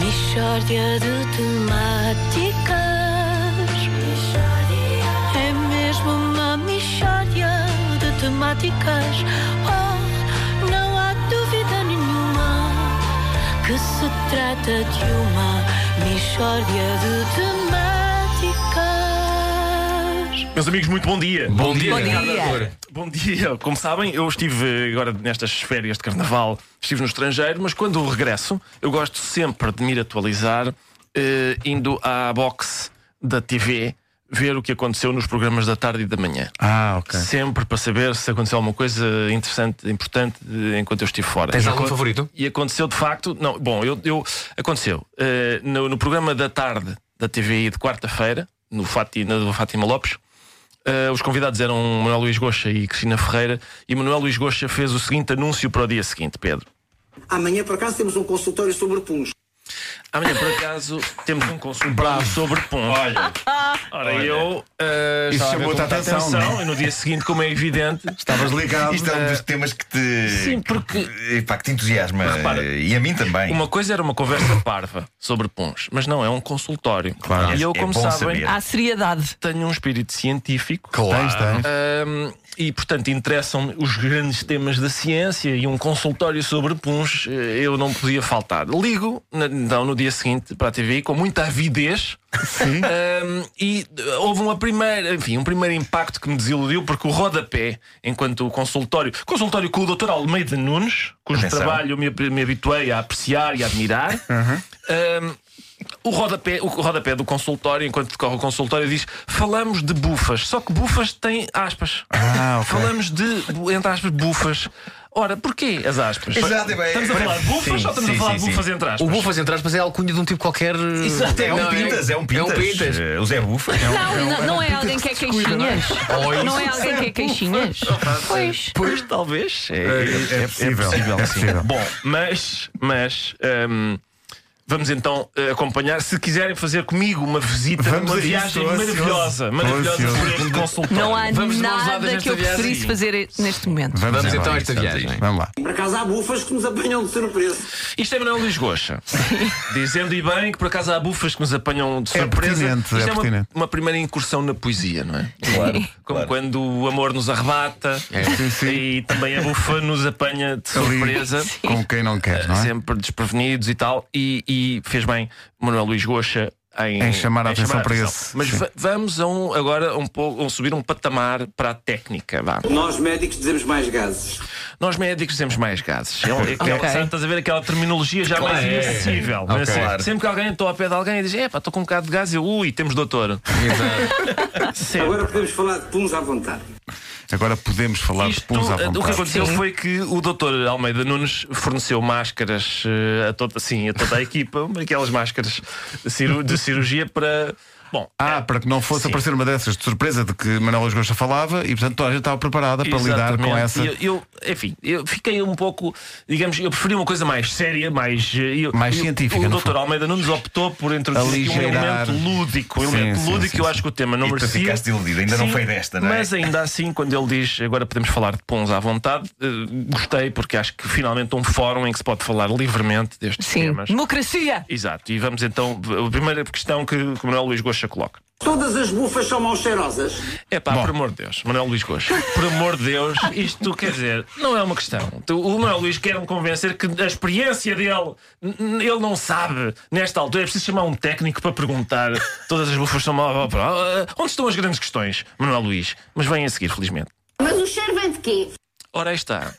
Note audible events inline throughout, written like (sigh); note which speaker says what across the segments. Speaker 1: Mistória de temáticas. É mesmo uma mistória de temáticas. Oh, não há dúvida nenhuma que se trata de uma mistória de temáticas.
Speaker 2: Meus amigos, muito bom dia.
Speaker 3: Bom dia,
Speaker 4: Bom
Speaker 3: Ricardo
Speaker 4: dia.
Speaker 3: Arthur.
Speaker 2: Bom dia. Como sabem, eu estive eh, agora nestas férias de carnaval, estive no estrangeiro, mas quando regresso, eu gosto sempre de me ir atualizar, eh, indo à box da TV, ver o que aconteceu nos programas da tarde e da manhã.
Speaker 4: Ah, ok.
Speaker 2: Sempre para saber se aconteceu alguma coisa interessante, importante eh, enquanto eu estive fora.
Speaker 3: Tens
Speaker 2: E
Speaker 3: algum
Speaker 2: acon-
Speaker 3: favorito?
Speaker 2: E aconteceu de facto. Não, bom, eu, eu- aconteceu. eh, no, no programa da tarde da TVI de quarta-feira, no Fátima, do Fátima Lopes, eh, os convidados eram Manuel Luís Goxa e Cristina Ferreira, e Manuel Luís Goxa fez o seguinte anúncio para o dia seguinte, Pedro.
Speaker 5: Amanhã, por acaso, temos um consultório sobre punhos.
Speaker 2: Amanhã, por acaso, temos um consultório sobre pontos.
Speaker 6: Olha,
Speaker 2: Ora, eu eh,
Speaker 4: Isso
Speaker 2: estava a ver
Speaker 4: chamou-te
Speaker 2: com
Speaker 4: a
Speaker 2: muita
Speaker 4: atenção, não
Speaker 2: e no dia seguinte, como é evidente,
Speaker 4: Estavas ligado.
Speaker 6: isto é um dos temas que te.
Speaker 2: Sim, porque-
Speaker 6: Epá, que te entusiasma. eh,
Speaker 2: Repara.
Speaker 6: e a mim também.
Speaker 2: Uma coisa era uma conversa parva sobre puns, mas não, é um consultório.
Speaker 4: Claro.
Speaker 2: E eu,
Speaker 6: É
Speaker 2: como
Speaker 6: bom
Speaker 2: sabem,
Speaker 6: saber.
Speaker 4: Há
Speaker 2: seriedade. Tenho um espírito científico.
Speaker 4: Tens, tens.
Speaker 2: Ahm, e, portanto, interessam-me os grandes temas da ciência e um consultório sobre puns eh, eu não podia faltar. Ligo, na- então, no dia seguinte para a TV com muita avidez. (laughs) Ahm, e eh, houve uma primeira, enfim, um primeiro impacto que me desiludiu porque o rodapé, enquanto o consultório, consultório com o Dr. Almeida Nunes, cujo
Speaker 6: Atenção.
Speaker 2: trabalho eu me, me habituei a apreciar e a admirar. ahm, o rodapé, o rodapé do consultório, enquanto decorre o consultório, diz: falamos de bufas, só que bufas têm aspas.
Speaker 4: Ah, ok.
Speaker 2: Falamos de, entre aspas, bufas. Ora, porquê as aspas?
Speaker 6: Exato, é bem-
Speaker 2: Estamos a
Speaker 6: bem-
Speaker 2: falar de bufas
Speaker 6: sim,
Speaker 2: ou estamos
Speaker 6: sim,
Speaker 2: a falar
Speaker 6: sim,
Speaker 2: de bufas
Speaker 6: sim.
Speaker 2: entre aspas?
Speaker 3: O Bufas, entre aspas, é alcunha de um tipo qualquer.
Speaker 2: Exato, é
Speaker 6: É um
Speaker 3: Não,
Speaker 6: Pintas, é um Pintas.
Speaker 3: É um Pintas.
Speaker 6: Eh, O Zé Bufa.
Speaker 4: É um-
Speaker 7: Não,
Speaker 4: é
Speaker 7: não,
Speaker 4: um-
Speaker 7: não
Speaker 4: é
Speaker 7: é
Speaker 4: um
Speaker 7: alguém que
Speaker 4: pinto que
Speaker 7: é
Speaker 4: se descuida, não é?
Speaker 7: queixinhas.
Speaker 3: Ou isso.
Speaker 7: Não é alguém que é queixinhas. Pois.
Speaker 2: Pois, talvez.
Speaker 6: É,
Speaker 4: É, é possível. é possível.
Speaker 2: Eh, Bom, mas, mas hum, vamos então eh, acompanhar. Se quiserem fazer comigo uma visita,
Speaker 4: Vamos a
Speaker 2: uma
Speaker 4: isso,
Speaker 2: viagem
Speaker 4: estou ansioso.
Speaker 2: maravilhosa,
Speaker 4: Estou
Speaker 2: maravilhosa
Speaker 4: ansioso.
Speaker 2: por este consultório.
Speaker 7: Não há
Speaker 3: Vamos nós lá
Speaker 7: nada
Speaker 3: desta
Speaker 7: que eu
Speaker 3: viagem.
Speaker 7: preferisse
Speaker 2: assim.
Speaker 7: fazer e- neste momento.
Speaker 4: Vamos,
Speaker 3: Vamos
Speaker 4: embora.
Speaker 3: então a esta
Speaker 6: Estamos
Speaker 3: viagem.
Speaker 6: aí.
Speaker 4: Vamos lá.
Speaker 5: Por acaso, há bufas que nos apanham de surpresa.
Speaker 2: Isto é Manuel Luís Goxa. Dizendo e bem que por acaso há bufas que nos apanham de
Speaker 4: É
Speaker 2: surpresa.
Speaker 4: pertinente,
Speaker 2: Isto
Speaker 4: é
Speaker 2: uma-
Speaker 4: pertinente.
Speaker 2: Uma, primeira incursão na poesia, não é?
Speaker 6: Claro,
Speaker 2: Como
Speaker 6: claro.
Speaker 2: quando o amor nos arrebata
Speaker 4: É, Sim, sim.
Speaker 2: e também a bufa nos apanha de
Speaker 4: Ali,
Speaker 2: surpresa.
Speaker 4: Com quem não quer, não é?
Speaker 2: Sempre desprevenidos e tal. E, e fez bem Manuel Luís Goxa em,
Speaker 4: Em chamar a atenção para esse.
Speaker 2: Mas
Speaker 4: Sim.
Speaker 2: va- vamos a um, agora um pouco, um- subir um patamar para a técnica. Vá.
Speaker 5: Nós, médicos, dizemos mais gases.
Speaker 2: Nós médicos dizemos mais gases. É, é, aquela-
Speaker 7: Ok.
Speaker 2: sabe, estás a ver aquela terminologia já mais
Speaker 3: é.
Speaker 2: inacessível.
Speaker 3: Ok.
Speaker 2: Mas, assim,
Speaker 6: Claro.
Speaker 2: Sempre que alguém estou ao pé de alguém e diz: É, pá, estou com um bocado de gás, eu, ui, temos doutor.
Speaker 3: Exato.
Speaker 2: Sempre.
Speaker 5: Agora podemos falar de puns à vontade.
Speaker 4: Agora podemos falar de
Speaker 2: Isto,
Speaker 4: puns à
Speaker 2: eh, o que
Speaker 4: vontade.
Speaker 2: aconteceu foi que o doutor Almeida Nunes forneceu máscaras eh, a, toda, assim, a toda a equipa, (laughs) aquelas máscaras de, ciru- de cirurgia para. Bom,
Speaker 4: Ah, para que não fosse
Speaker 2: Sim.
Speaker 4: aparecer uma dessas de surpresa de que Manuel Luís Gosta falava e, portanto, toda a gente estava preparada para lidar com
Speaker 2: Exatamente.
Speaker 4: essa.
Speaker 2: E Eu, eu, enfim, eu fiquei um pouco, digamos, eu preferi uma coisa mais séria, mais. eh, Eu,
Speaker 4: Mais
Speaker 2: eu-
Speaker 4: científica,
Speaker 2: O
Speaker 4: no
Speaker 2: Dr.
Speaker 4: fundo.
Speaker 2: Almeida Nunes optou por introduzir aqui um
Speaker 4: Aligerar.
Speaker 2: elemento lúdico. Um
Speaker 4: Sim,
Speaker 2: elemento
Speaker 4: sim,
Speaker 2: lúdico
Speaker 4: sim,
Speaker 2: eu
Speaker 4: sim.
Speaker 2: acho que o tema não
Speaker 6: E tu
Speaker 2: merecia.
Speaker 6: ficaste iludido, ainda não foi desta, não é?
Speaker 2: Mas ainda assim, quando ele diz agora podemos falar de pons à vontade, eh, gostei, porque acho que finalmente um fórum em que se pode falar livremente destes
Speaker 7: Sim.
Speaker 2: temas.
Speaker 7: Democracia!
Speaker 2: Exato, e vamos então, a primeira questão que o Manuel Luís Goxa coloca.
Speaker 5: Todas as bufas são mal cheirosas.
Speaker 2: É pá, por amor de Deus, Manuel Luís Gosto, por amor de Deus, isto quer dizer, não é uma questão. O Manuel Luís quer me convencer que a experiência dele, n- n- ele não sabe, nesta altura, é preciso chamar um técnico para perguntar. Todas as bufas são mal. Ah, Onde estão as grandes questões, Manuel Luís? Mas vem a seguir, felizmente.
Speaker 8: Mas o cheiro vem de quê?
Speaker 2: Ora, aí está.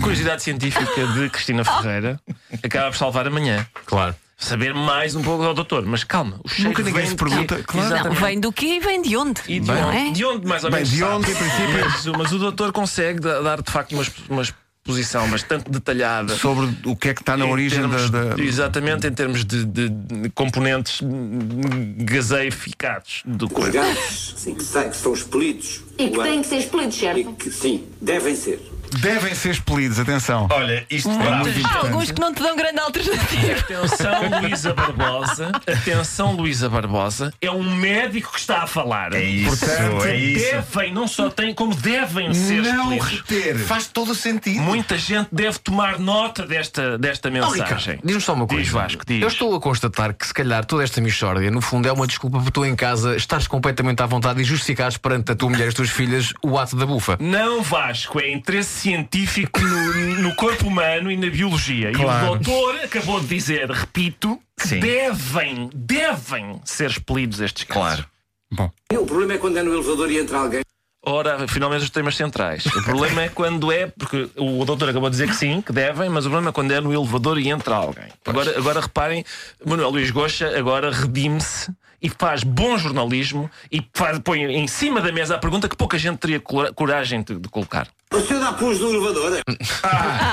Speaker 2: Curiosidade científica de Cristina Ferreira acaba por salvar amanhã.
Speaker 3: Claro.
Speaker 2: Saber mais um pouco ao doutor, mas calma, o cheiro
Speaker 4: Nunca ninguém
Speaker 2: vem
Speaker 4: se
Speaker 2: de-
Speaker 4: pergunta, claro.
Speaker 7: Não,
Speaker 2: Exatamente.
Speaker 7: vem do quê e vem de onde?
Speaker 2: E de,
Speaker 7: não
Speaker 2: onde,
Speaker 7: é?
Speaker 2: de onde mais ou
Speaker 4: Bem,
Speaker 2: menos?
Speaker 4: de
Speaker 2: sabe?
Speaker 4: onde, em princípio?
Speaker 2: Mas, mas o doutor consegue da- dar de facto uma, exp- uma exposição bastante detalhada.
Speaker 4: Sobre o que é que está na
Speaker 2: em
Speaker 4: origem
Speaker 2: termos-
Speaker 4: da. da-
Speaker 2: Exatamente, em termos de, de- de componentes hum, gaseificados do
Speaker 5: Os
Speaker 2: corpo.
Speaker 5: gases, sim, que, sa- que são expelidos.
Speaker 8: E que
Speaker 5: O ar-
Speaker 8: têm que ser expelidos,
Speaker 5: E
Speaker 8: certo?
Speaker 5: que, sim, devem ser.
Speaker 4: Devem ser expelidos, atenção.
Speaker 6: Olha, isto
Speaker 4: muito
Speaker 6: bravo.
Speaker 7: Há alguns que não te dão grande alternativa.
Speaker 2: Atenção, Luísa Barbosa. Atenção, Luísa Barbosa. É um médico que está a falar.
Speaker 6: É isso,
Speaker 4: Portanto,
Speaker 6: é isso.
Speaker 2: Devem, não só têm, como devem ser
Speaker 4: Não
Speaker 2: escolhidos.
Speaker 4: reter.
Speaker 6: Faz todo o sentido.
Speaker 2: Muita gente deve tomar nota desta, desta
Speaker 3: Oh,
Speaker 2: mensagem.
Speaker 3: Ricardo, Diz-me só uma coisa.
Speaker 2: Diz, Vasco, diz.
Speaker 3: Eu estou a constatar que, se calhar, toda esta mixórdia, no fundo, é uma desculpa para tu em casa estares completamente à vontade e justificares perante a tua mulher e as tuas filhas o ato da bufa.
Speaker 2: Não, Vasco, é interesse científico no, no corpo humano e na biologia. E o
Speaker 4: Claro.
Speaker 2: doutor acabou de dizer, repito, que
Speaker 6: Sim.
Speaker 2: devem, devem ser expelidos estes casos.
Speaker 6: Claro.
Speaker 5: O problema é quando é no elevador e entra alguém.
Speaker 2: Ora, finalmente os temas centrais. O problema é quando é, porque o doutor acabou de dizer que sim, que devem, mas o problema é quando é no elevador e entra alguém. Agora, agora reparem, Manuel Luís Goxa agora redime-se e faz bom jornalismo e faz- põe em cima da mesa a pergunta que pouca gente teria cora- coragem de, de colocar.
Speaker 5: O senhor dá pus no elevador?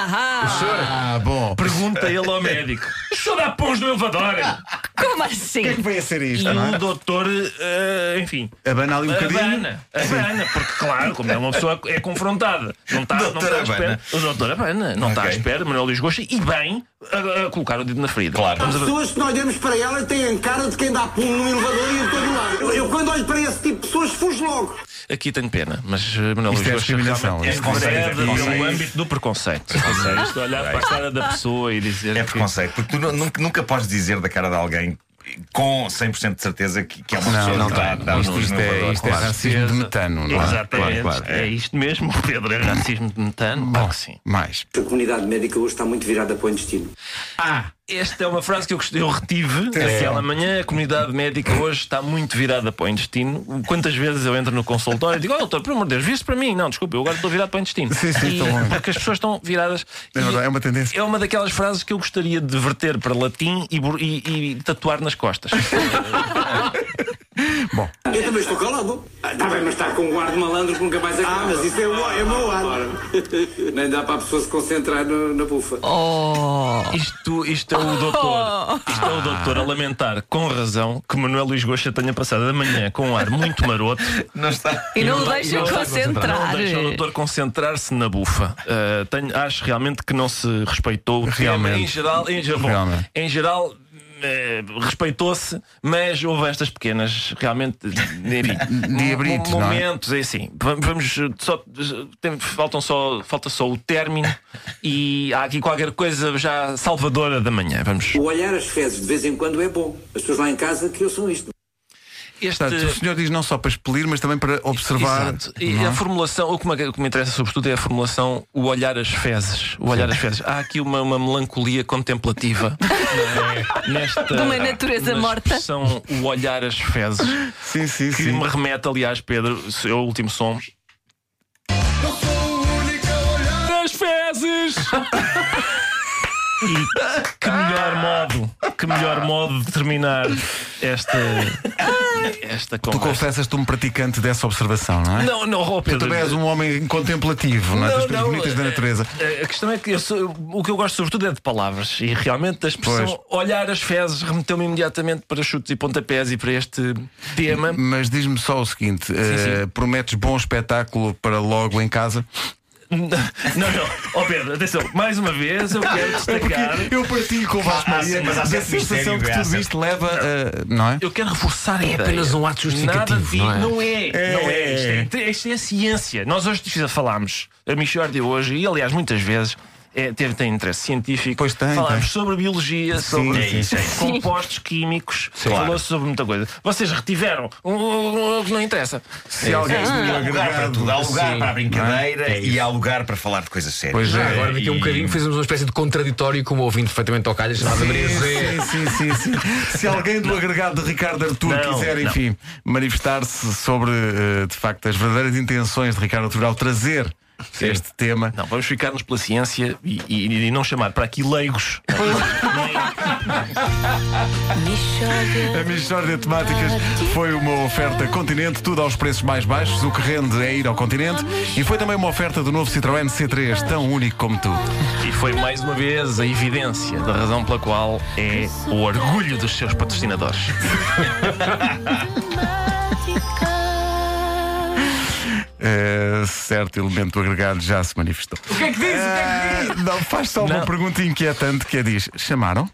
Speaker 4: Ah, bom.
Speaker 2: Pergunta ele ao médico: Só dá pons no elevador?
Speaker 7: Como assim?
Speaker 4: é Vai a ser
Speaker 2: E
Speaker 4: isto, Ah, não
Speaker 2: o
Speaker 4: é?
Speaker 2: doutor, eh, enfim.
Speaker 4: Abana ali um bocadinho.
Speaker 2: Abana, abana, porque claro, como é uma pessoa é confrontada, não está, não
Speaker 6: Doutor
Speaker 2: está à espera.
Speaker 6: Abana.
Speaker 2: O doutor Abana não está à
Speaker 6: Ok.
Speaker 2: espera, Manuel Luís Gosta, e bem a, a colocar o dedo na ferida.
Speaker 6: Claro.
Speaker 5: Há pessoas que nós olhamos para ela e têm cara de quem dá pum no elevador e em todo lado. Eu, eu quando olho para esse tipo de pessoas, fujo logo.
Speaker 2: Aqui tenho pena, mas eh, Manuel
Speaker 4: Isto
Speaker 2: Luís
Speaker 4: é
Speaker 2: Gosta
Speaker 4: discriminação,
Speaker 2: realmente
Speaker 6: isto é
Speaker 2: envereda
Speaker 6: preconceito, é
Speaker 2: pelo
Speaker 6: preconceito.
Speaker 2: âmbito do preconceito. Isto de olhar para a cara da pessoa e dizer.
Speaker 6: É
Speaker 2: que-
Speaker 6: preconceito, porque tu nu- nunca, nunca podes dizer da cara de alguém com 100% de certeza que, que é uma pessoa
Speaker 4: não
Speaker 6: que
Speaker 4: dá,
Speaker 6: está- está
Speaker 4: não,
Speaker 6: a
Speaker 4: isto-
Speaker 6: pus
Speaker 4: isto
Speaker 6: no
Speaker 4: é-
Speaker 6: elevador,
Speaker 4: isto é
Speaker 6: claro.
Speaker 4: racismo de metano, não é?
Speaker 2: Exatamente.
Speaker 4: Claro, claro.
Speaker 2: É isto mesmo, Pedro, é racismo de metano? Claro que sim.
Speaker 4: Mais.
Speaker 5: A comunidade médica hoje está muito virada para o intestino.
Speaker 2: Esta é uma frase que eu, gost- eu retive aquela manhã. A comunidade médica hoje está muito virada para o intestino. Quantas vezes eu entro no consultório e digo, oh, doutor, pelo amor de Deus, viste para mim? Não, desculpa, eu agora estou virado para o intestino.
Speaker 4: Sim, sim,
Speaker 2: E-
Speaker 4: estou bem.
Speaker 2: porque as pessoas estão viradas.
Speaker 4: É
Speaker 2: E
Speaker 4: verdade, é uma tendência.
Speaker 2: É uma daquelas frases que eu gostaria de verter para latim e, bor- e- e tatuar nas costas.
Speaker 5: Eu também estou calado. Ah, Está bem, mas está com um guarda malandro que nunca mais acaba. Ah, mas isso é, é mau ar. (laughs) Nem dá para a pessoa se concentrar no- na bufa.
Speaker 4: Oh.
Speaker 2: Isto, isto é o doutor. Isto é o doutor a lamentar com razão que Manuel Luís Gosta tenha passado a manhã com um ar muito maroto.
Speaker 6: Não está.
Speaker 7: E não o
Speaker 2: Não dá-
Speaker 7: deixam
Speaker 2: não dá-
Speaker 7: concentrar.
Speaker 2: Não deixa o doutor concentrar-se na bufa. Uh, tenho- acho realmente que não se respeitou o tema.
Speaker 4: Realmente.
Speaker 2: Em geral, em, ge- bom,
Speaker 4: Realmente.
Speaker 2: em geral eh, respeitou-se, mas houve estas pequenas,
Speaker 4: (laughs)
Speaker 2: realmente, enfim,
Speaker 4: Diabritos, não é?
Speaker 2: momentos, é assim. Va- Vamos, eh, só, tem- faltam só, falta só o término e há aqui qualquer coisa já salvadora da manhã. Vamos.
Speaker 5: O olhar as fezes de vez em quando é bom. As pessoas lá em casa que eu sou isto.
Speaker 2: Este,
Speaker 4: Portanto, o senhor diz não só para expelir, mas também para observar.
Speaker 2: Exato. E
Speaker 4: não é?
Speaker 2: a formulação, o que, me, o que me interessa sobretudo é a formulação, o olhar as fezes. O olhar as fezes. Há aqui uma, uma melancolia contemplativa
Speaker 4: (laughs)
Speaker 2: não é? nesta.
Speaker 7: De uma natureza
Speaker 2: na
Speaker 7: morta.
Speaker 2: expressão, o olhar as fezes.
Speaker 4: Sim, sim,
Speaker 2: Que
Speaker 4: sim.
Speaker 2: me remete, aliás, Pedro, se é o último som. As fezes! (laughs) E que melhor modo, que melhor modo de terminar esta. Esta
Speaker 4: Tu
Speaker 2: conversa.
Speaker 4: confessas-te um praticante dessa observação, não é?
Speaker 2: Não, não, oh,
Speaker 4: Tu
Speaker 2: Pedro.
Speaker 4: também és um homem contemplativo, não é? Das coisas bonitas da
Speaker 2: eh,
Speaker 4: natureza.
Speaker 2: eh, A questão é que eu sou- o que eu gosto sobretudo é de palavras e realmente a expressão olhar as fezes remeteu-me imediatamente para chutes e pontapés e para este
Speaker 4: (laughs)
Speaker 2: tema.
Speaker 4: Mas diz-me só o seguinte: eh, prometes bom espetáculo para logo em casa?
Speaker 2: não, não, ó Pedro, atenção, mais uma vez eu
Speaker 4: É
Speaker 2: quero destacar.
Speaker 4: eu partilho com o Vasco
Speaker 6: Há- há
Speaker 4: Maria
Speaker 6: sempre- assim, mas há
Speaker 4: da
Speaker 6: sempre
Speaker 4: sensação
Speaker 6: mistério,
Speaker 4: que
Speaker 6: é, há
Speaker 4: tudo
Speaker 6: sempre.
Speaker 4: isto leva a. Não é?
Speaker 2: Eu quero reforçar a ideia.
Speaker 3: apenas um ato justificativo,
Speaker 2: Nada de,
Speaker 3: não é?
Speaker 2: Não é.
Speaker 4: É,
Speaker 2: não é. Isto,
Speaker 4: é.
Speaker 2: é, inte- isto é ciência. Nós hoje já falámos, a Michordia hoje, e aliás muitas vezes, é, teve, tem interesse científico.
Speaker 4: Pois tem,
Speaker 2: falámos
Speaker 4: tem.
Speaker 2: sobre biologia, sobre
Speaker 6: sim, sim.
Speaker 2: compostos químicos,
Speaker 6: Claro.
Speaker 2: falou-se sobre muita coisa. Vocês retiveram um, o- o o que não interessa.
Speaker 4: Se alguém
Speaker 2: Ah.
Speaker 6: Há
Speaker 4: tinha
Speaker 6: lugar para tudo, há lugar para a brincadeira e há lugar para falar de coisas sérias.
Speaker 4: é? Pois
Speaker 3: Já
Speaker 4: é.
Speaker 3: agora, daqui a um bocadinho, fizemos uma espécie de contraditório com o ouvinte perfeitamente ao calhas chamado Maria Zé.
Speaker 4: Sim, sim, sim, sim. Se alguém do agregado de Ricardo Artur
Speaker 2: Não,
Speaker 4: quiser,
Speaker 2: não.
Speaker 4: enfim, manifestar-se sobre, eh, de facto, as verdadeiras intenções de Ricardo Artur ao trazer este tema,
Speaker 2: Não, vamos ficar-nos pela ciência e, e- e não chamar para aqui leigos.
Speaker 4: a Michórdia de Temáticas foi uma oferta Continente, tudo aos preços mais baixos, o que rende é ir ao Continente, e foi também uma oferta do novo Citroën C3, tão único como tu.
Speaker 2: E foi mais uma vez a evidência da razão pela qual é o orgulho dos seus patrocinadores.
Speaker 1: Matemáticas.
Speaker 4: Eh, certo elemento agregado já se manifestou. O que é que diz? não, faz só uma pergunta inquietante que é diz: chamaram?